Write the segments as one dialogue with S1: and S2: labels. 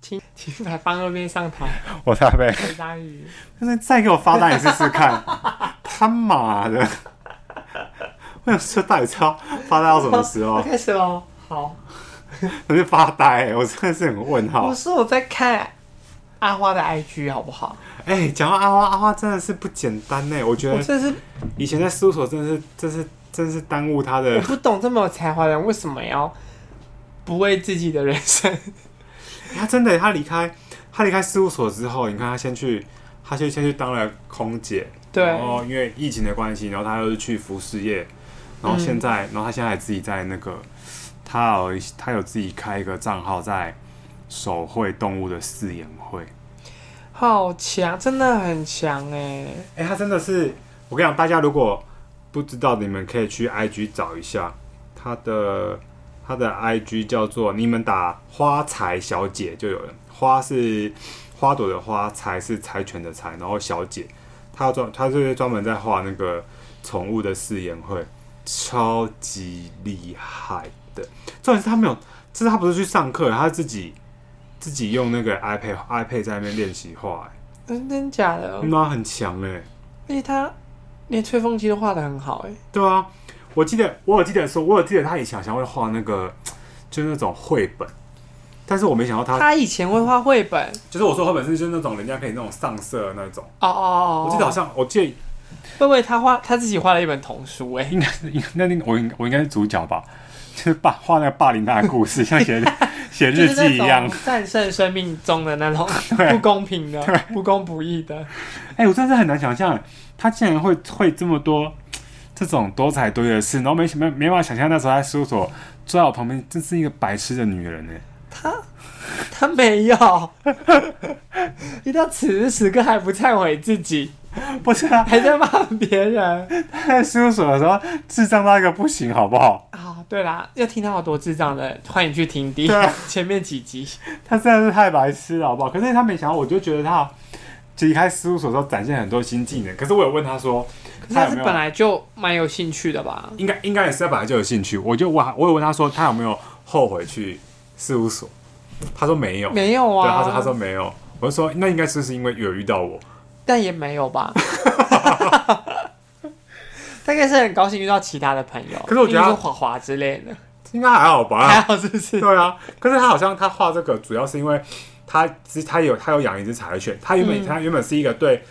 S1: 请 请反方二辩上台
S2: 我才被，
S1: 回答 你。
S2: 现在再给我发单你试试看， 他妈的！我想说，到底是要发呆到什么时
S1: 我
S2: 候？
S1: 开始喽。好，
S2: 我就发呆、我真的是很问号
S1: 不。是我在看阿花的 IG 好不好？
S2: 哎、讲到阿花，阿花真的是不简单呢。我觉
S1: 我
S2: 得
S1: 真的是
S2: 以前在事务所真的是，真是，真是耽误他
S1: 我
S2: 的。
S1: 不懂这么有才华的人为什么要不为自己的人生？
S2: 他真的，他离开，他离开事务所之后，你看他先去，他就先去当了空姐，
S1: 对
S2: 然后因为疫情的关系，然后他又是去服饰业，然后现在，然后他现在还自己在那个，他有他有自己开一个账号在手绘动物的饲养会。
S1: 好强，真的很强哎、
S2: 哎、他真的是，我跟你讲，大家如果不知道，你们可以去 IG 找一下他的他的 IG 叫做你们打花财小姐就有了，花是花朵的花，财是柴犬的柴，然后小姐，她专她就是专门在画那个宠物的试验会，超级厉害的。重点是他没有，就是他不是去上课，他自己自己用那个 iPad iPad 在那边练习画、欸，
S1: 真真假的？而
S2: 那很强哎、
S1: 且他连吹风机都画的很好哎、
S2: 对啊，我记得我有记得说，我有记得他以前好像会画那个，就是那种绘本，但是我没想到他，
S1: 他以前会画绘本
S2: 就是我说绘本是就是那种人家可以那种上色的那种。
S1: 哦哦哦，
S2: 我记得好像我记得
S1: 会不会他画他自己画了一本童书哎、
S2: 应该是应那那我应我应该是主角吧，就是霸画那个霸凌他的故事，像 写 写
S1: 就
S2: 日
S1: 是那
S2: 记一样
S1: 种。战胜生命中的那种
S2: 对
S1: 不公平的、不公不义的，
S2: 哎、我真的是很难想象，他竟然会会这么多这种多才多艺的事，然后没没没办法想象那时候在事务所坐在我旁边，真是一个白痴的女人呢、欸
S1: 他没有。你到此时此刻还不忏悔自己，
S2: 不是啊，
S1: 还在骂别人
S2: 在事务所的时候，智障到一个不行，好不好？
S1: 啊！对啦，要听到好多智障的，欢迎去听第一
S2: 对啊
S1: 前面几集。
S2: 他真的是太白痴了，好不好？可是他没想到，我就觉得他离开事务所之后展现很多新技能。可是我有问 他说，
S1: 可是他是
S2: 有没
S1: 本
S2: 有
S1: 来就蛮有兴趣的吧？
S2: 应该应该也是他本来就有兴趣。我就我我有问他说，他有没有后悔去事务所？他说没有，
S1: 没有
S2: 对，
S1: 啊，
S2: 他说他说没有。我就说那应该是不是因为有遇到我？
S1: 但也没有 吧。大概是很高兴遇到其他的朋友，
S2: 可是我觉得他
S1: 例如说华华之类的，
S2: 应该还好
S1: 还
S2: 吧？
S1: 好是不是？
S2: 对啊，可是他好像他画这个主要是因为他之他有他有养一只柴犬，他原本、
S1: 嗯
S2: 他原本是一个对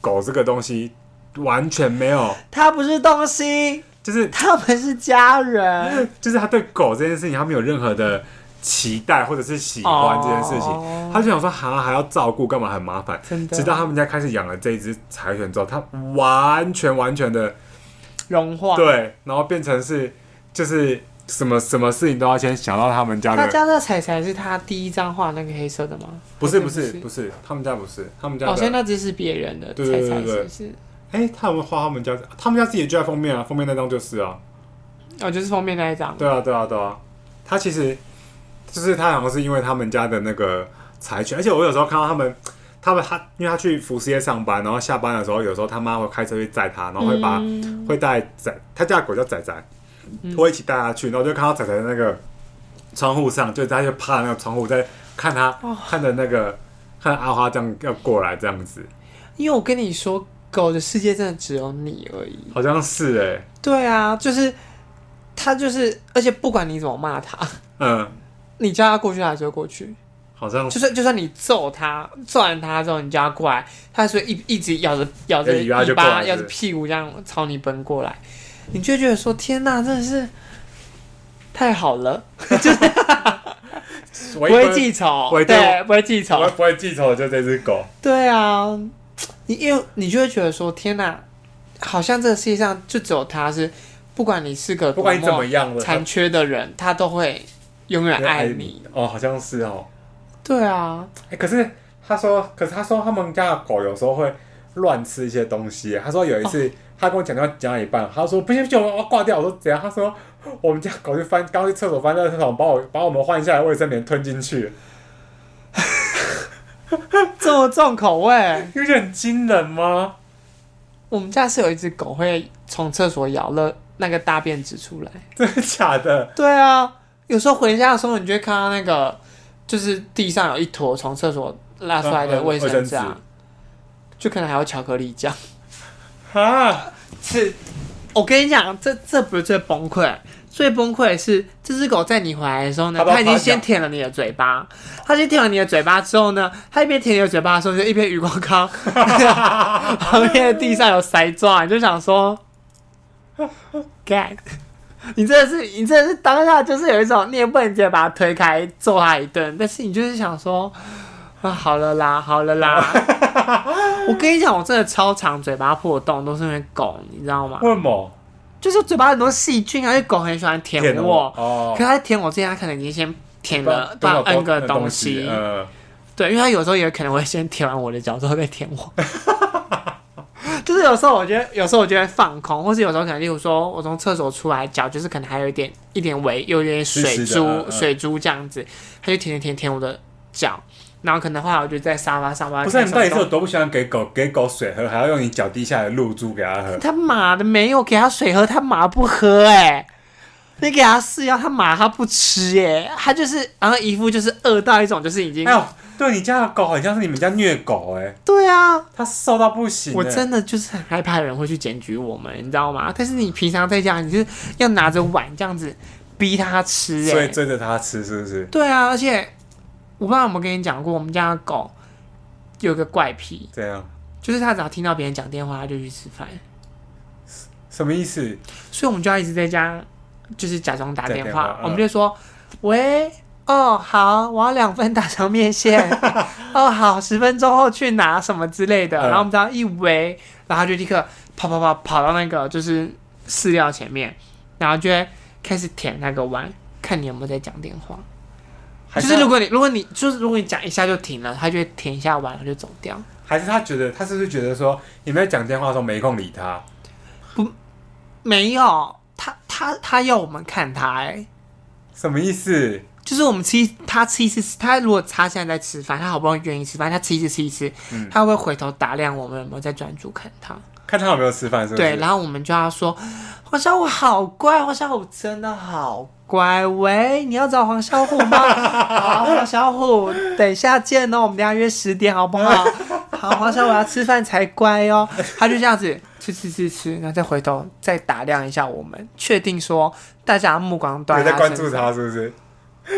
S2: 狗这个东西完全没有，
S1: 他不是东西，
S2: 就是
S1: 他们是家 人。
S2: 就是他对狗这件事情，他没有任何的期待或者是喜欢这件事情，
S1: 哦
S2: 他就想说，哈，还要照顾干嘛，很麻烦。
S1: 真的
S2: 直到他们家开始养了这一只柴犬之后，他完全完全的
S1: 融化。，
S2: 对，然后变成是就是什么什么事情都要先想到他们家
S1: 他
S2: 的，
S1: 家的彩彩是他第一张画那个黑色的吗？
S2: 不是
S1: 还
S2: 不是
S1: 不
S2: 不是，他们家不是他们家
S1: 哦，所以
S2: 的，
S1: 那只是别人的彩
S2: 对对对
S1: 彩，
S2: 对
S1: 是不
S2: 对
S1: 是？
S2: 哎，他们画他们家，他们家自己就在封面啊，封面那张就是啊，
S1: 哦，就是封面那一张。
S2: 对啊，对啊，对啊。他其实就是他好像是因为他们家的那个柴犬，而且我有时候看到他们，他们他因为他去服饰业上班，然后下班的时候，有时候他妈会开车去载他，然后会把、
S1: 嗯
S2: 会带仔，他家的狗叫仔仔，会一起带他去，然后就看到仔仔的那个窗户上，就他就趴在那个窗户在看他、
S1: 哦
S2: 看着那个看着阿花这样要过来这样子，
S1: 因为我跟你说，狗的世界真的只有你而已。
S2: 好像是哎、
S1: 对啊，就是他就是，而且不管你怎么骂他，
S2: 嗯，
S1: 你叫他过去，他还是会 过去。
S2: 好像
S1: 就算就算你揍他，揍完他之后，你叫他过来，他还是会一一直咬着咬着
S2: 咬着
S1: 尾
S2: 尾巴哎就过来
S1: 巴，
S2: 是
S1: 咬着屁股这样朝你奔过来，你就会觉得说：天哪，真的是太好了，
S2: 不
S1: 不会记仇，
S2: 我一定
S1: 对，不会记
S2: 我
S1: 仇，
S2: 不会记仇的就这只狗。
S1: 对啊，你因为你就会觉得说：天哪，好像这个世界上就只有他是，不管你是个
S2: 不管你
S1: 多
S2: 怎
S1: 么
S2: 么样了，
S1: 残缺的人，他都会永远
S2: 他
S1: 爱你。
S2: 哦，好像是哦。
S1: 对啊，
S2: 哎、可是他说，可是他说他们家的狗有时候会乱吃一些东西。欸他说有一
S1: 哦
S2: 次，他跟我讲到讲到一半，他说不行不行，我要挂掉。我说怎样？他说我们家狗就翻，刚去厕所翻到厕所，把我把我们换下来的卫生棉吞进去，
S1: 这么重口味。
S2: 有点惊人吗？
S1: 我们家是有一只狗会从厕所咬了那个大便纸出来。
S2: 真的假的？
S1: 对啊，有时候回家的时候，你就会看到那个就是地上有一坨从厕所拉出来的卫生纸
S2: 嗯嗯卫
S1: 啊，就可能还有巧克力酱。
S2: 哈，
S1: 是，我跟你讲，这这不是最崩溃，最崩溃的是这只狗在你回来的时候呢
S2: 它，把它
S1: 它已经先舔了你的嘴巴，它先舔了你的嘴巴之后呢，它一边舔你的嘴巴的时候，就一边余光看旁边的地上有塞抓，你就想说，干。你真的是，你真的是当下就是有一种，你也不能直接把它推开揍它一顿，但是你就是想说，啊，好了啦，好了啦。我跟你讲，我真的超常嘴巴破洞，都是因为狗，你知道吗？
S2: 为什么？
S1: 就是嘴巴很多细菌啊，因为狗很喜欢舔我，
S2: 我哦
S1: 可，它在舔我之前，它可能已经先舔了
S2: 多少
S1: 半 N 个
S2: 多
S1: 东
S2: 西，
S1: 西，
S2: 呃，
S1: 对，因为它有时候也可能会先舔完我的脚之后再舔我。 就是有时候我觉得，有时候我觉得放空，或是有时候可能，例如说我从厕所出来，脚就是可能还有一点一点围，有一点水
S2: 湿湿的
S1: 珠、
S2: 嗯嗯
S1: 水珠这样子，它就舔舔舔舔我的脚，然后可能后来我就在沙发上吧，
S2: 不是啊你到底是有
S1: 看手机
S2: 多不喜欢给狗给狗水喝，还要用你脚底下的露珠给它喝？
S1: 他妈的没有给他水喝，他妈不喝哎、你给他饲料，他妈他不吃哎、他就是，然后姨父就是饿到一种，就是已经，
S2: 哎呦，对你家的狗很像是你们家虐狗哎、
S1: 对啊，
S2: 它瘦到不行、欸。
S1: 我真的就是很害怕有人会去检举我们，你知道吗？但是你平常在家，你就是要拿着碗这样子逼他吃哎、
S2: 所以追着它吃是不是？
S1: 对啊，而且我不知道有没有跟你讲过，我们家的狗有个怪癖，
S2: 这样
S1: 就是它只要听到别人讲电话，它就去吃饭，
S2: 什么意思？
S1: 所以我们就要一直在家，就是假装打电
S2: 打电
S1: 话
S2: 话，嗯
S1: 我们就说：“喂，哦，好，我要两份大肠面 线。哦，好，十分钟后去拿什么之类的。
S2: 嗯
S1: 然后我们只要一围，然后他就立刻跑跑跑跑到那个就是饲料前面，然后就会开始舔那个碗，看你有没有在讲电话。
S2: 还
S1: 就是
S2: 它
S1: 如果你如果你就是如果你讲一下就停了，他就会舔一下碗，然后就走掉。
S2: 还是他觉得他是不是觉得说你们在讲电话的时候没空理他？
S1: 没有，他他他要我们看他哎、
S2: 什么意思？
S1: 就是我们吃一他吃一次，他如果他现在在吃饭，他好不容易愿意吃饭，他吃一次吃一次，
S2: 嗯
S1: 他会回头打量我们有没有在专注看他。
S2: 看他有没有吃饭是不是？
S1: 对，然后我们就要说黄小虎好乖，黄小虎真的好乖。喂，你要找黄小虎 吗？好，黄小虎，等一下见哦，我们等一下约十点好不 好？好，黄小虎要吃饭才乖哦。他就这样子吃吃吃吃，然后再回头再打量一下我们，确定说大家目光都
S2: 有在
S1: 他
S2: 关
S1: 身
S2: 注
S1: 上
S2: 他是不是？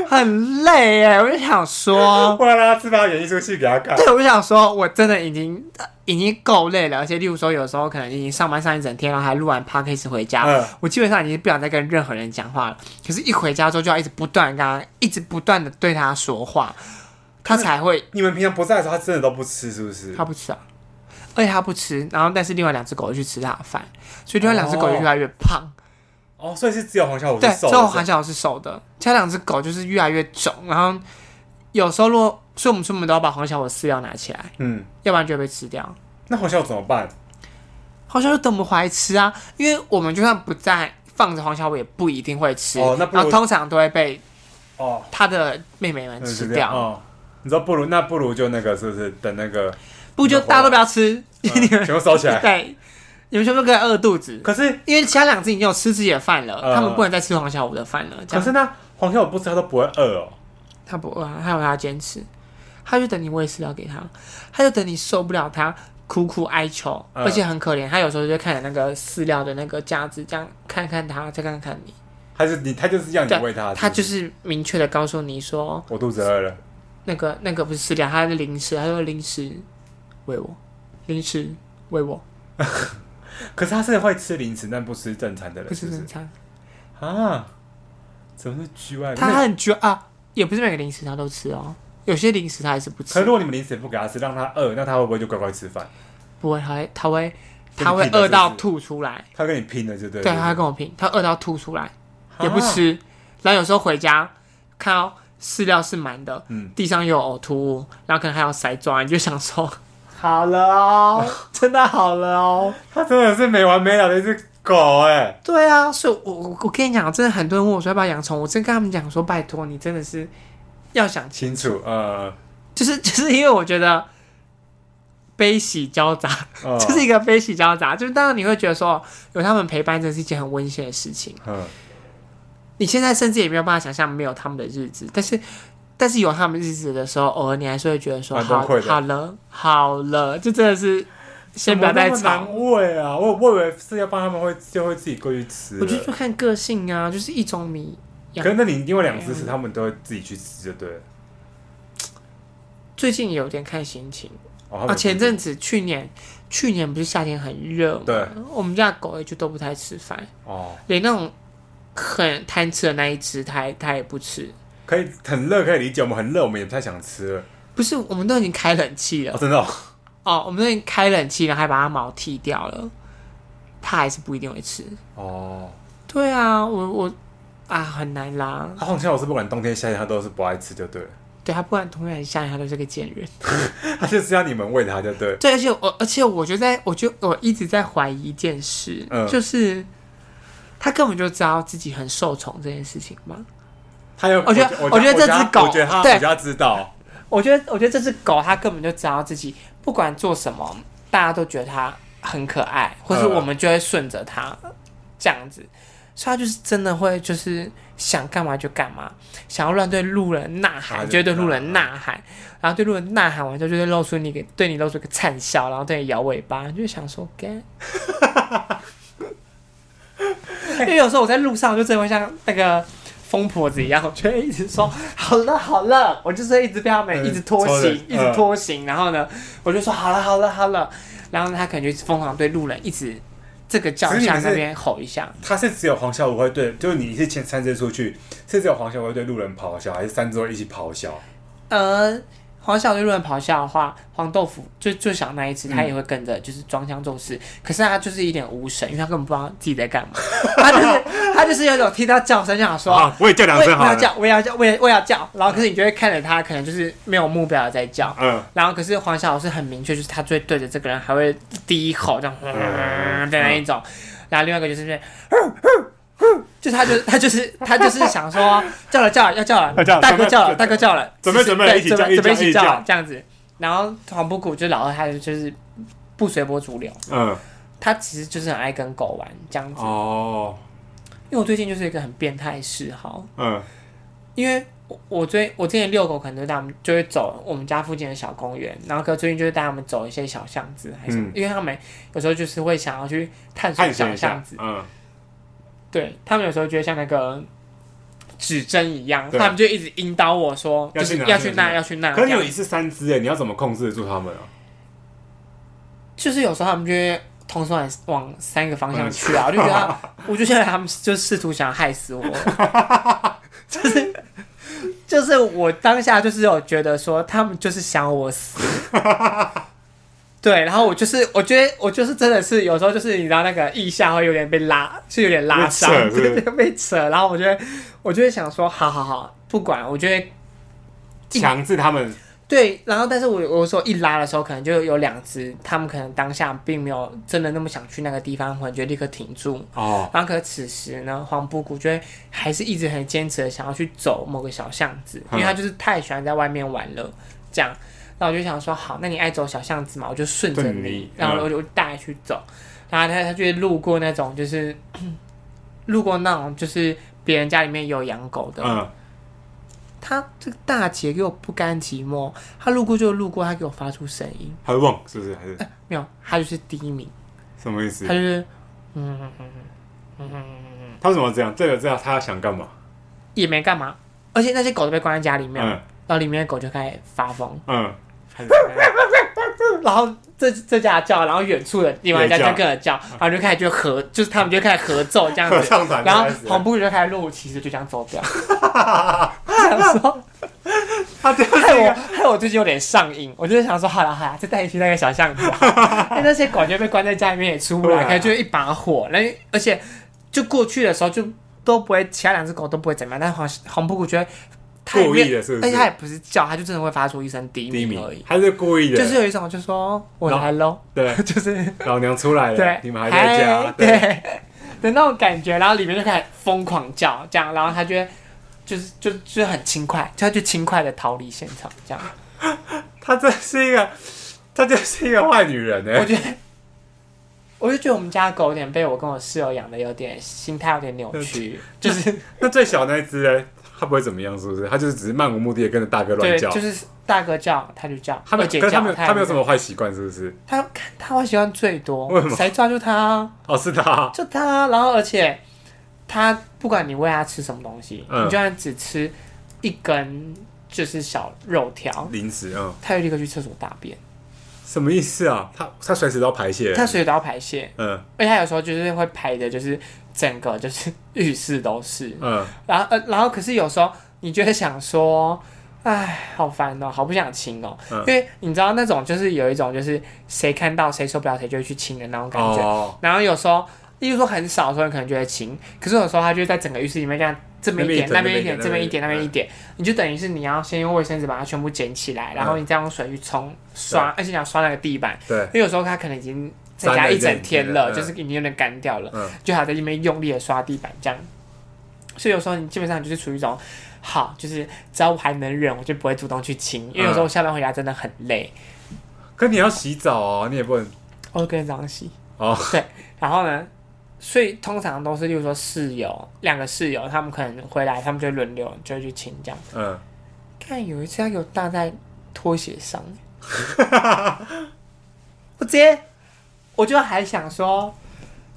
S1: 很累耶，我就想说，
S2: 不然让他吃饭演艺出戏给他看。
S1: 对，我就想说，我真的已经已经够累了，而且例如说，有时候可能已经上班上一整天，然后还录完 podcast 回家，
S2: 嗯
S1: 我基本上已经不想再跟任何人讲话了。可是，一回家之后就要一直不断地跟他，一直不断的对他说话，他才会
S2: 你们平常不在的时候，他真的都不吃是不是
S1: 他？不吃啊，而且他不吃，然后但是另外两只狗就去吃他的饭，所以另外两只狗就越来越胖。
S2: 哦，所以是只有黄小虎是
S1: 对，
S2: 瘦
S1: 最
S2: 的。
S1: 后韩小是瘦的，其他两只狗就是越来越肿，然后有时候如果，所以我们出门都要把黄小虎饲料拿起来，
S2: 嗯，
S1: 要不然就会被吃掉。
S2: 那黄小虎怎么办？
S1: 黄小虎等我们回来吃啊，因为我们就算不在放着黄小虎也不一定会吃，
S2: 哦那不如
S1: 然后通常都会被
S2: 哦，
S1: 他的妹妹们
S2: 那
S1: 吃
S2: 是这
S1: 掉，
S2: 样哦。你说不如那不如就那个是不是？等那 个
S1: 不就大家都不要吃，
S2: 嗯全部收起 来。
S1: 对，你们全部都可以饿肚子。
S2: 可是
S1: 因为其他两只已经有吃自己的饭了，
S2: 嗯
S1: 他们不能再吃黄小虎的饭了。这
S2: 可
S1: 样
S2: 是那黄小虎不吃他都不会饿哦。
S1: 他不饿啊，他有他的坚持，他就等你喂饲料给他，他就等你受不了他苦苦哀求，
S2: 嗯
S1: 而且很可怜，他有时候就会看着那个饲料的那个架子，这样看看他，再看看你，
S2: 还是你他就是要你
S1: 对
S2: 喂他，
S1: 他
S2: 不
S1: 就是明确的告诉你说，
S2: 我肚子饿了，
S1: 那个那个不是饲料，他是零食，他说零食喂我，零食喂我，
S2: 可是他是会吃零食但不吃正餐的人，
S1: 不
S2: 是
S1: 是
S2: 不是
S1: 正？餐，
S2: 啊，怎么是局外？
S1: 他
S2: 那
S1: 很绝啊，也不是每个零食他都吃哦，有些零食他还是不
S2: 可是
S1: 吃
S2: 如，果你们零食也不给他吃，让他饿，那他会不会就乖乖吃饭？
S1: 不会，他会他会
S2: 跟你
S1: 他会
S2: 拼的
S1: 饿
S2: 是不
S1: 到
S2: 是
S1: 吐出来。
S2: 他跟你拼了，就对了。
S1: 对，
S2: 是不
S1: 他
S2: 是
S1: 会跟我拼，他饿到吐出来，也不。
S2: 啊
S1: 吃。然后有时候回家看到饲料是满的，
S2: 嗯
S1: 地上又有呕吐物，然后可能还有塞抓，你就想说，好了 哦，真的好了哦。
S2: 他真的是没完没了的一只狗哎、
S1: 对啊，所以我我我跟你讲，真的很多人问我说要不要养宠物，我真跟他们讲说，拜托你真的是要想，
S2: 清楚，呃，
S1: 就是就是因为我觉得悲喜交杂，
S2: 呃
S1: 这是一个悲喜交杂，就是当然你会觉得说哦有他们陪伴，真是一件很温馨的事情。
S2: 嗯，
S1: 你现在甚至也没有办法想象没有他们的日子，但是但是有他们日子的时候，偶尔你还是会觉得说
S2: 蛮
S1: 好
S2: 崩溃的
S1: 好了好了，这真的是先不要再
S2: 怎么那么
S1: 吵。
S2: 难喂啊！我我以为是要帮他们会就会自己过去吃
S1: 我觉得
S2: 了
S1: 就看个性啊，就是一种米养
S2: 可是那你另
S1: 嗯
S2: 外两只是他们都会自己去吃就对了。
S1: 最近有点看心情
S2: 哦，他
S1: 啊。
S2: 们
S1: 前阵子去年去年不是夏天很热嘛，
S2: 对，
S1: 我们家的狗也就都不太吃饭，
S2: 哦，
S1: 连那种很贪吃的那一只，它也它也不吃。
S2: 可以很热，可以理解。我们很热，我们也不太想吃了。
S1: 不是，我们都已经开冷气了
S2: 哦，真的哦，
S1: 哦，我们都已经开冷气了，还把它毛剃掉了，它还是不一定会吃。
S2: 哦，
S1: 对啊，我我啊很难啦。
S2: 啊红线老师不管冬天夏天，他都是不爱吃就对了，
S1: 对它不管同样很像，它都是个贱人。
S2: 他就是要你们喂他就对了。
S1: 对，而且我，而且我就在，我就我一直在怀疑一件事，
S2: 嗯
S1: 就是他根本就知道自己很受宠这件事情嘛。
S2: 他有，
S1: 我觉得
S2: 我
S1: 我觉得这只狗
S2: 我觉得他，
S1: 对
S2: 我觉得他知道。
S1: 我觉得，我觉得这只狗它根本就知道自己不管做什么，大家都觉得它很可爱，或是
S2: 嗯
S1: 我们就会顺着它这样子，所以它就是真的会就是想干嘛就干嘛，想要乱对路人呐
S2: 啊
S1: 喊，
S2: 就
S1: 就会对路人呐喊，然后对路人呐喊完之后，就会露出你给对你露出一个灿笑，然后对你摇尾巴，就会想说干。 因为有时候我在路上就真的会像那个疯婆子一 样，我就会一直说好了好了，我就是会一直被他们
S2: 嗯
S1: 一直拖
S2: 戳
S1: 行
S2: 人，
S1: 一直拖行，然后呢，我就说好了好了好了，然后呢他可能就疯狂对路人一直这个叫一下
S2: 可是你们是
S1: 那边吼一下，
S2: 他是只有黄小五会对，就是你是前三只出去，是只有黄小五会对路人咆哮，还是三只会一起咆哮？
S1: 呃。黄小对路人咆哮的话，黄豆腐最最小那一次，
S2: 嗯
S1: 他也会跟着就是装腔作势。 可是他就是一点无神，因为他根本不知道自己在干嘛。他就是他就是有一种听到叫声，就想说
S2: 啊，我也叫两
S1: 我也我
S2: 声好
S1: 要
S2: 了。
S1: 叫，我也要叫，我也我也要叫。然后可是你就会看着他，可能就是没有目标的在叫。
S2: 嗯，
S1: 然后可是黄小老师很明确，就是他就会对着这个人还会低吼这样
S2: 嗯
S1: 的那一种。然后另外一个就是那边就他就他就是他就是想说叫了叫了要叫了
S2: 要叫，了
S1: 大哥
S2: 准备
S1: 叫了大哥叫了，
S2: 准备
S1: 就是
S2: 准备
S1: 对
S2: 一起
S1: 准备
S2: 叫一起
S1: 准备一
S2: 叫一
S1: 起
S2: 起叫
S1: 叫了这样子。然后黄布谷就是老二，他就是不随波逐流，
S2: 嗯，
S1: 他其实就是很爱跟狗玩这样子。
S2: 哦，
S1: 因为我最近就是一个很变态嗜好，
S2: 嗯，
S1: 因为我我最我之前遛狗，可能就带他们就会走我们家附近的小公园，然后可最近就是带他们走一些小巷子，还是什么、
S2: 嗯
S1: 因为他们有时候就是会想要去探索
S2: 探
S1: 小
S2: 险一
S1: 巷
S2: 下
S1: 子，，
S2: 嗯，
S1: 对他们有时候就会像那个指针一样，
S2: 对
S1: 他们就一直引导我说，
S2: 要
S1: 就
S2: 去
S1: 是
S2: 哪
S1: 要去
S2: 要去
S1: 那
S2: 哪
S1: 要去那，
S2: 可是你
S1: 这样
S2: 有一次三只哎，你要怎么控制得住他们啊？
S1: 就是有时候他们就会。同时往往三个方向去啊！我就觉得他，我就觉得他们就试图想要害 死我，就是就是我当下就是有觉得说他们就是想我死，对，然后我就是我觉得我就是真的是有时候就是你知道那个腋下会有点被拉，是有点拉伤，
S2: 被扯是不
S1: 对
S2: 是
S1: 对，被扯，然后我就会我就会想说，好好好，不管，我就会
S2: 强制他们
S1: 对，然后但是我我有时候一拉的时候，可能就有两只，他们可能当下并没有真的那么想去那个地方，可能就立刻停住。
S2: 哦，
S1: 然后可此时呢，黄布谷就会还是一直很坚持的想要去走某个小巷子，因
S2: 嗯
S1: 为他就是太喜欢在外面玩了，这样。然后我就想说，好，那你爱走小巷子嘛，我就顺着
S2: 对
S1: 你，
S2: 你
S1: 然后我就带他去走。然后他他就会路过那种就是， 路过那种就是别人家里面有养狗的，
S2: 嗯，
S1: 他这个大姐给我不甘寂寞，他路过就路过，他给我发出声音，
S2: 还会忘是不是？还是
S1: 没有，他就是第一名，
S2: 什么意思
S1: 他就？是
S2: 他为什么要这样？这个这样他要想干嘛？
S1: 也没干嘛，而且那些狗都被关在家里面，
S2: 嗯
S1: 然后里面的狗就开始发疯，
S2: 嗯，还是
S1: 然后这这家叫，然后远处的另外一家
S2: 也
S1: 就
S2: 叫啊
S1: 跟着叫，然后就开始就合，就是他们就开始合奏这样
S2: 合
S1: 子，
S2: 唱团就
S1: 然后
S2: 开始了，
S1: 黄布就开始若无其事就这样走 掉，我想说
S2: 他这样
S1: 害
S2: 是一
S1: 我
S2: 个
S1: 害我最近有点上瘾，我就想说，好了好了，再带你去那个小巷子好了， 因为那些狗就被关在家里面也出不来，
S2: 对啊
S1: 可能就一把火，那而且就过去的时候就都不会，其他两只狗都不会怎么样，但是黄红布谷觉得它也
S2: 故
S1: 没有
S2: 意的是
S1: 而
S2: 不是
S1: 且它也不是叫，它就真的会发出一声低
S2: 第一
S1: 鸣而已
S2: 名，，他是故意的，
S1: 就是有一种就说我来 喽，
S2: 对
S1: 就是
S2: 老娘出来了
S1: 对，，
S2: 你们还在家
S1: 嗨，对 的那种感觉，然后里面就开始疯狂叫，这样，然后它就会就是就就是很轻快，它就轻快的逃离现场这样。
S2: 她真是一个，她就是一个坏女人
S1: 我
S2: 哎。
S1: 觉得，我就觉得我们家的狗有 点被我跟我室友养的有点心态有点扭曲，就是
S2: 那最小那一只呢？欸他不会怎么样，是不是？他就是只是漫无目的的跟着大哥乱
S1: 对，
S2: 叫。
S1: 就是大哥叫他就叫，
S2: 他没
S1: 二
S2: 有，可
S1: 姐
S2: 是
S1: 叫
S2: 他没有，
S1: 他
S2: 他没有什
S1: 么，
S2: 么坏习惯，是不是？
S1: 他看他会喜欢最多
S2: 为什，么
S1: 谁抓就他啊，
S2: 哦，是他，
S1: 就他啊。然后而且他不管你喂他吃什么东西，
S2: 嗯
S1: 你就算只吃一根就是小肉条，
S2: 零食，嗯，
S1: 他就立刻去厕所大便，
S2: 什么意思啊？他他随时都要排泄，
S1: 他随时都要排泄，
S2: 嗯
S1: 而且他有时候就是会排的，就是整个就是浴室都是。
S2: 嗯，
S1: 然后呃，然后可是有时候你就会想说，哎，好烦哦，好不想亲哦，
S2: 嗯
S1: 因为你知道那种就是有一种就是谁看到谁受不了谁就会去亲的那种感觉。
S2: 哦，
S1: 然后有时候，例如说很少的时候你可能就会亲，可是有时候他就会在整个浴室里面这样。这边一点，那
S2: 那
S1: 边
S2: 边
S1: 一
S2: 一
S1: 点，
S2: 点
S1: 这边一点，那嗯
S2: 那
S1: 边
S2: 边
S1: 一
S2: 一
S1: 点，你就等于是你要先用卫生纸把它全部捡起来，然后你再用水去冲刷，而且你要刷那个地板，
S2: 对，
S1: 因为有时候他可能已经在
S2: 沾
S1: 家
S2: 了
S1: 一
S2: 一点
S1: 整天
S2: 点
S1: 了，
S2: 嗯
S1: 就是已经有点干掉了，
S2: 嗯
S1: 就还在那边用力的刷地板这样。所以有时候你基本上就是处于一种，好，就是只要我还能忍，我就不会主动去亲，因为有时候我下班回家真的很累，
S2: 可你要洗澡哦，你也不能
S1: 我会跟着早上洗。
S2: 哦，
S1: 对，然后呢，所以通常都是，例如说室友两个室友，他们可能回来，他们就轮流就会去亲这样。
S2: 嗯，
S1: 看有一次他给我搭在拖鞋上，欸我直接，我就还想说，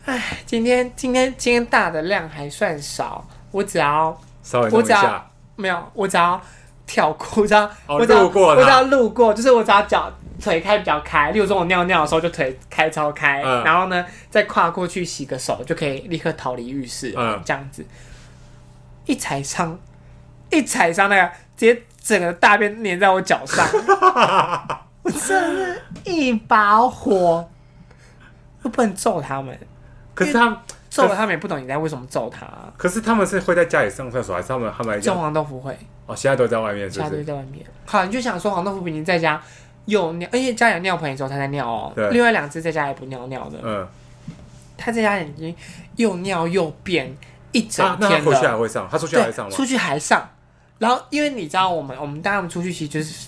S1: 哎，今天今天今天大的量还算少，我只要
S2: 稍微
S1: 我
S2: 弄一
S1: 只要
S2: 下，
S1: 没有，我只要跳过，我只要、
S2: 哦
S1: 我只要
S2: 路过
S1: 我
S2: 啦
S1: 只要路过，就是我只要脚腿开比较开，例如说我尿尿的时候就腿开超开，
S2: 嗯
S1: 然后呢再跨过去洗个手就可以立刻逃离浴室，
S2: 嗯
S1: 这样子，一踩上，一踩上那个直接整个大便粘在我脚 上，我真的是一把火，又不能揍他们，
S2: 可是他，
S1: 揍了他们也不懂你在为什么揍他、
S2: 可是他们是会在家里上厕所，还是他们他们还
S1: 正黄豆腐会。
S2: 哦，现在都在外面，
S1: 其
S2: 是
S1: 他
S2: 不
S1: 都是
S2: 是？
S1: 在外面。好，你就想说黄哦豆腐已经在家又尿，而且家里有尿盆的时候他在尿哦、
S2: 对
S1: 另外两只在家也不尿尿的，
S2: 嗯，
S1: 他在家已经又尿又便一整
S2: 啊，那他
S1: 天
S2: 回去还
S1: 了。
S2: 会上，他出去还会上
S1: 对，
S2: 吗？
S1: 出去还上。然后因为你知道我们我们带他们出去其实就是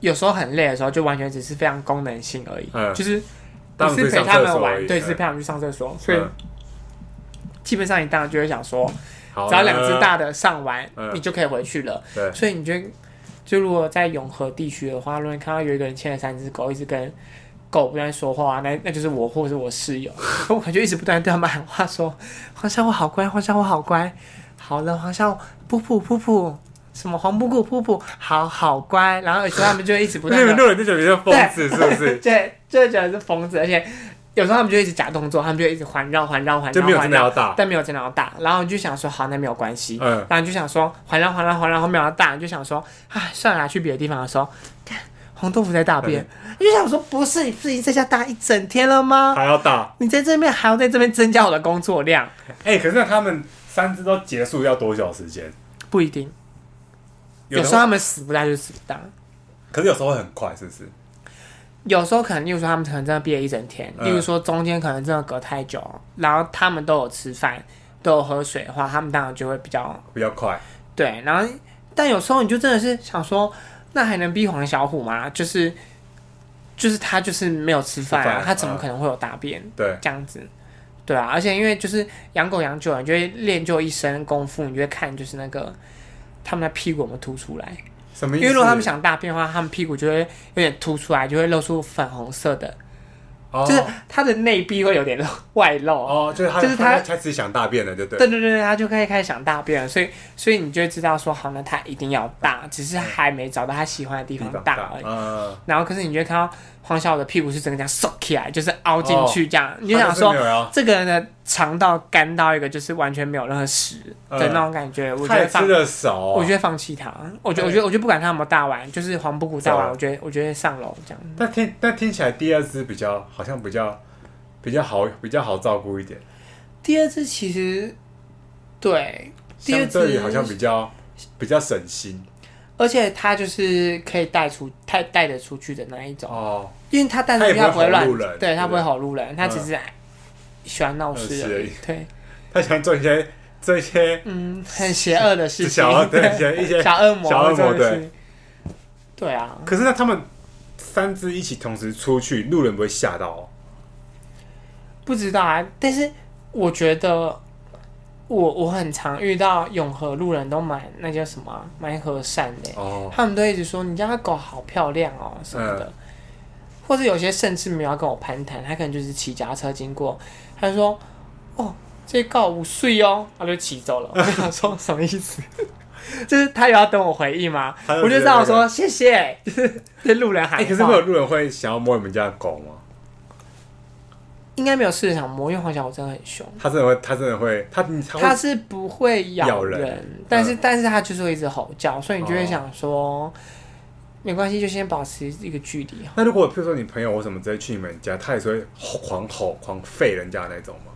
S1: 有时候很累的时候就完全只是非常功能性而已，
S2: 嗯
S1: 就是
S2: 带
S1: 不
S2: 他们
S1: 是
S2: 出去
S1: 陪
S2: 上
S1: 他
S2: 厕
S1: 们
S2: 所
S1: 玩
S2: 而，已
S1: 对，是
S2: 嗯
S1: 陪他们去上厕所，所以
S2: 嗯
S1: 基本上你当然就会想说，
S2: 好
S1: 只要两只
S2: 那
S1: 大的上完，
S2: 嗯
S1: 你就可以回去了。
S2: 对
S1: 所以你就就如果在永和地区的话，如果你看到有一个人牵了三只狗，一直跟狗不断说话，那那就是我或者是我室 友，我可能就一直不断地对他们喊话说：“黄小我好乖，黄小我好乖，好了，黄小噗噗噗噗，什么黄布谷噗噗，好好乖。”然后而且他们就一直不
S2: 那 你
S1: 断
S2: 们
S1: 的，
S2: 路人就觉得你是疯子，是不是？
S1: 对，就觉得是疯子，而且有时候他们就一直假动作，他们就一直环绕环绕环绕
S2: 就没有
S1: 环
S2: 真的要
S1: 绕，
S2: 大，
S1: 但没有真的要打。然后你就想说：“好，那没有关系。”
S2: 嗯，
S1: 然后你就想说环绕环绕环绕，后面要大，你就想说， 哎，算了啦，去别的地方的时候，看红豆腐在大便，你就想说，不是你自己在家大一整天了吗？
S2: 还要大。
S1: 你在这边还要在这边增加我的工作量，
S2: 哎，可是那他们三只都结束要多久时间？
S1: 不一定，有
S2: 的
S1: 时候他们死不大就死不大。
S2: 可是有时候会很快，是不是？
S1: 有时候可能，例如说他们可能真的憋一整天，
S2: 嗯
S1: 例如说中间可能真的隔太久，然后他们都有吃饭，都有喝水的话，他们当然就会比较
S2: 比较快，
S1: 对，然后但有时候你就真的是想说，那还能逼黄小虎吗？就是就是他就是没有吃饭、
S2: 吃
S1: 啊
S2: 饭，嗯
S1: 他怎么可能会有大便、
S2: 对，
S1: 这样子？对啊，而且因为就是养狗养久了，你就会练就一身功夫，你就会看就是那个他们的屁股有没有凸出来。
S2: 什么意
S1: 因
S2: 思？
S1: 为如果他们想大便的话，他们屁股就会有点凸出来，就会露出粉红色的，
S2: 哦，
S1: 就是它的内壁会有点露外露。
S2: 哦，就是他，
S1: 就是他
S2: 他他自己想大便了，就对。
S1: 对对对对，他就可以开始想大便了，所以所以你就会知道说，好，那他一定要大，只是还没找到他喜欢的地
S2: 地
S1: 方
S2: 方
S1: 大而已。
S2: 嗯，
S1: 然后可是你就会看到黄小虎的屁股是整个这样缩起来，就是凹进去这样，你就
S2: 他
S1: 想
S2: 哦是
S1: 说
S2: 没，有要
S1: 这个人的肠道干到一个就是完全没有任何屎的那种感觉，我觉
S2: 太
S1: 得放
S2: 嗯吃。的少哦，
S1: 我觉得放弃他，我觉得我觉得我就不管他有没有大完，就是黄布谷大完，
S2: 对啊
S1: 我觉得我觉得上楼这样。
S2: 但听但听起来第二只比较好像比较比较好比较好照顾一点，
S1: 第二只其实对，第二
S2: 相
S1: 只哦
S2: 对于好像比较比较省心
S1: 而且它就是可以带出带带得出去的那一种。
S2: 哦，
S1: 因为他带出去
S2: 他
S1: 他
S2: 也
S1: 不
S2: 不
S1: 会
S2: 会
S1: 乱
S2: 吼路人，
S1: 对他
S2: 对
S1: 不会吼路人，他只是喜欢闹事
S2: 闹事
S1: 而
S2: 而
S1: 已
S2: 已。
S1: 对，
S2: 他想做一些做一些
S1: 嗯，很邪恶的事情，
S2: 小恶对一些一 些
S1: 小恶魔，
S2: 小恶魔
S1: 真的是。对啊，
S2: 可是那他们三只一起同时出去，路人不会吓到哦。
S1: 不知道啊，但是我觉得我我很常遇到永和路人都买那叫什么啊、买和善的、
S2: 哦，
S1: 他们都一直说你家的狗好漂亮哦什么
S2: 嗯
S1: 的，或者有些甚至没有要跟我攀谈，他可能就是骑脚踏车经过，他就说哦这狗五岁哦，他就骑走了。我想说什么意思？ 就是他有要等我回应吗？
S2: 他就
S1: 我就
S2: 觉得
S1: 这样说谢谢，就是对路人喊
S2: 哎、
S1: 话。
S2: 可是会有路人会想要摸你们家的狗吗？
S1: 应该没有市场摸，因为黄小我真的很凶，
S2: 他真的会，他真的会，他他
S1: 它
S2: 会
S1: 是不会咬
S2: 咬
S1: 人，
S2: 人嗯
S1: 但是、但是它就是会一直吼叫，所以你就会
S2: 哦
S1: 想说，没关系，就先保持一个距离。
S2: 那如果譬如说你朋友或什么直接去你们家，他也是会吼狂吼、狂吠人家那种吗？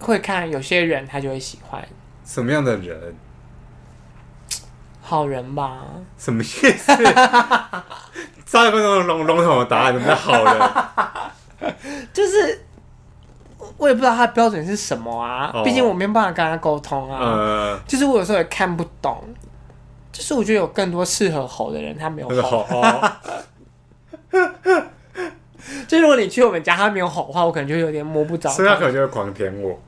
S1: 会看有些人他就会喜欢
S2: 什么样的人？
S1: 好人吧，
S2: 什么意思？ 上一分钟笼笼统的答案，怎么叫好人？
S1: 就是我我也不知道他的标准是什么啊，
S2: 哦
S1: 毕竟我没办法跟他沟通啊，
S2: 呃，
S1: 就是我有时候也看不懂。就是我觉得有更多适合吼的人，他没有
S2: 那个
S1: 吼。
S2: 吼哦，
S1: 就是如果你去我们家，他没有吼的话，我可能就有点摸不着
S2: 所以他可
S1: 他
S2: 能就会狂舔我。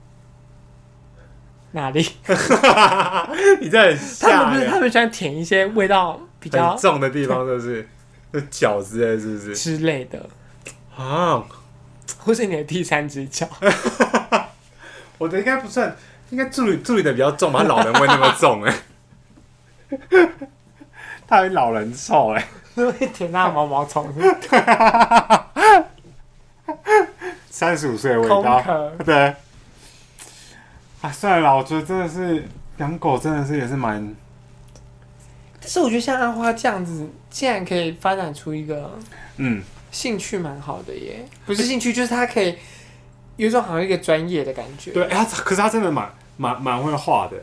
S1: 哪里。
S2: 你这很 吓
S1: 他们不是
S2: 人
S1: 他们喜欢舔一些味道比较
S2: 很重的地方，是不是？就脚之类，是不是？
S1: 之类的，
S2: 啊，
S1: 或是你的第三只脚。
S2: 我的应该不算，应该助理助理的比较重吧，老人味那么重哎、 他有老人臭哎、
S1: 会舔它的毛毛虫，
S2: 三十五岁的味
S1: 空
S2: 道，
S1: 壳。
S2: 对。啊，算了啦，我觉得真的是养狗，真的是也是蛮……
S1: 但是我觉得像阿花这样子，竟然可以发展出一个
S2: 嗯，
S1: 兴趣蛮好的耶，不是兴趣，就是他可以有一种好像一个专业的感觉。
S2: 对，，哎、他可是他真的蛮蛮蛮会画的，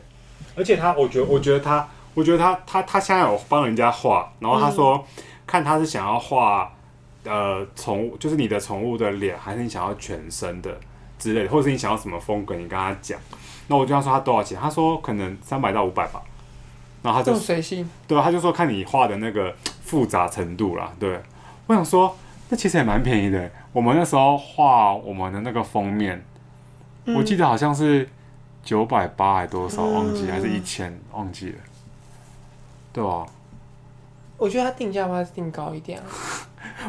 S2: 而且他，我觉得，我觉得他，我觉得他，他他现在有帮人家画，然后他说，看他是想要画，呃，宠物，就是你的宠物的脸，还是你想要全身的之类的，或者是你想要什么风格，你跟他讲。那我就跟他说他多少钱，他说可能三百到五百吧，然后他
S1: 这
S2: 就
S1: 种随性，
S2: 对啊，他就说看你画的那个复杂程度啦。对，我想说，那其实也蛮便宜的。欸我们那时候画我们的那个封面，我记得好像是九百八还多少，忘记、还是一千，忘记了。对啊，
S1: 我觉得他定价吧定高一点 啊。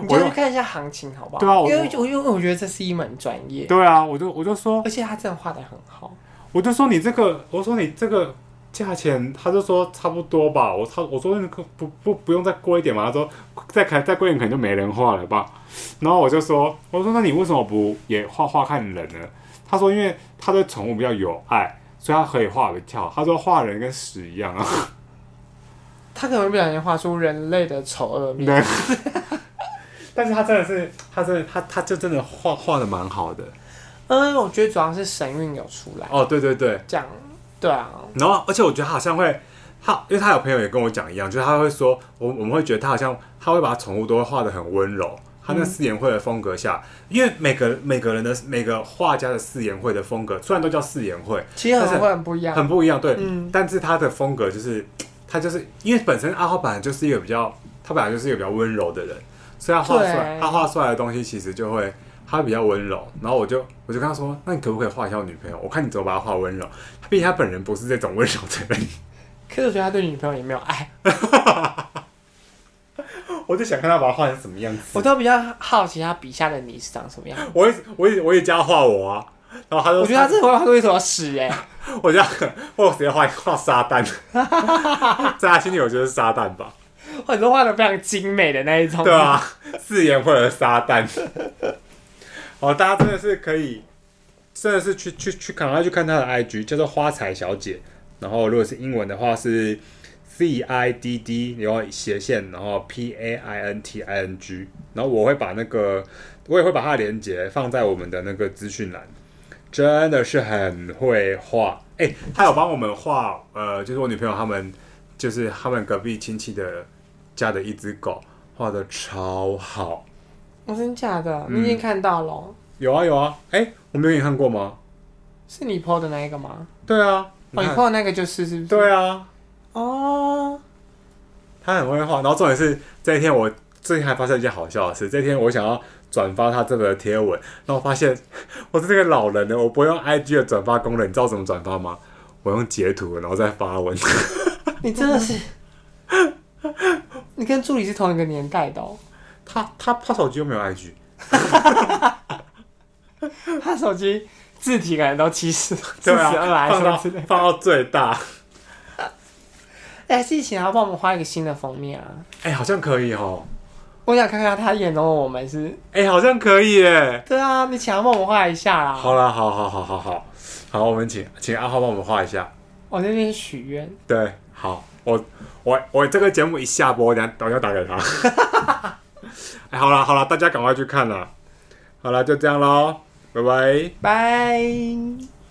S1: 你
S2: 我
S1: 就
S2: 有
S1: 去看一下行情好不好？
S2: 对啊我
S1: 因为我因为我觉得这是一门专业，
S2: 对啊，我就我就说，
S1: 而且他真的画的很好。
S2: 我就说你这个，我说你这个价钱，他就说差不多吧。我操，我说那个不不不用再贵一点嘛。他说再开再贵一点可能就没人画了吧。然后我就说，我说那你为什么不也画画看人呢？他说因为他对宠物比较有爱，所以他可以画得比较好。他说画人跟屎一样啊。
S1: 他可能会不小心画出人类的丑恶面。
S2: 对。但是他真的是，他真的他他就真的画画的蛮好的。
S1: 嗯，我觉得主要是神韵有出来，
S2: 哦，对对对，
S1: 这样对啊，
S2: 然后，而且我觉得他好像会，他因为他有朋友也跟我讲一样，就是他会说，我我们会觉得他好像他会把宠物都会画的很温柔。他那四眼会的风格下，因为每个每个人的每个画家的四眼会的风格，虽然都叫四眼会，
S1: 其实
S2: 但是
S1: 很会很不一样。
S2: 很不一样，对，
S1: 嗯
S2: 但是他的风格就是，他就是因为本身阿花本来就是一个比较，他本来就是一个比较温柔的人，所以他画出来，
S1: 对
S2: 他画出来的东西其实就会，他比较温柔。然后我就我就跟他说，那你可不可以画一下我女朋友？我看你怎么把她画温柔。毕竟他本人不是这种温柔的人，
S1: 可是我觉得他对女朋友也没有 爱。
S2: 我就想看他把她画成什么样子。
S1: 我都比较好奇他笔下的你是长什么 样。
S2: 我也我也我也教他画我啊，然后他就
S1: 我觉得他真的会画出一坨屎哎、
S2: 我觉得很我直接画画撒 旦，在他心里我觉得是撒旦吧。
S1: 很多画的非常精美的那一种。
S2: 对，啊，四眼或者撒旦。哦，大家真的是可以，真的是去去去赶快去看她的 IG，叫做花彩小姐。然后如果是英文的话是 Z I D D，然后斜线，然后 P A I N T I N G。然后我会把那个，我也会把它的链接放在我们的那个资讯栏。真的是很会画，哎、他有帮我们画，呃，就是我女朋友他们，就是他们隔壁亲戚的家的一只狗，画的超好。
S1: 我哦真假的，你已经看到了哦，
S2: 有啊有啊，哎、我没有给你看过吗？
S1: 是你 PO 的那一个吗？
S2: 对啊，你
S1: 哦，你
S2: 看
S1: PO 的那个就是是不是？
S2: 对啊，
S1: 哦，
S2: 他很会画。然后重点是这一天我最近还发生一件好笑的事。这天我想要转发他这个贴文，然后发现 我是这个老人呢，我不会用 IG 的转发功能，你知道怎么转发吗？我用截图，然后再发文。
S1: 你真的是， 你跟助理是同一个年代的哦。
S2: 他他他手机又没有 IG，
S1: 他手机字体感觉都七 十、七
S2: 对
S1: 十二
S2: 啊，
S1: 还
S2: 放
S1: 是之
S2: 到
S1: 类的。
S2: 放到最大。
S1: 哎、还是以前要帮我们画一个新的封面啊！
S2: 哎、好像可以哦，
S1: 我想看看他眼中的我们是……
S2: 哎、好像可以耶。
S1: 对啊，你请他帮我们画一下啦。
S2: 好啦，好好好好好好，我们请请阿浩帮我们画一下。
S1: 我那边许愿，
S2: 对，好，我我我这个节目一下播，我等下我要打给他。 哎，好了好了，大家赶快去看了。好了，就这样喽，拜拜。
S1: 拜。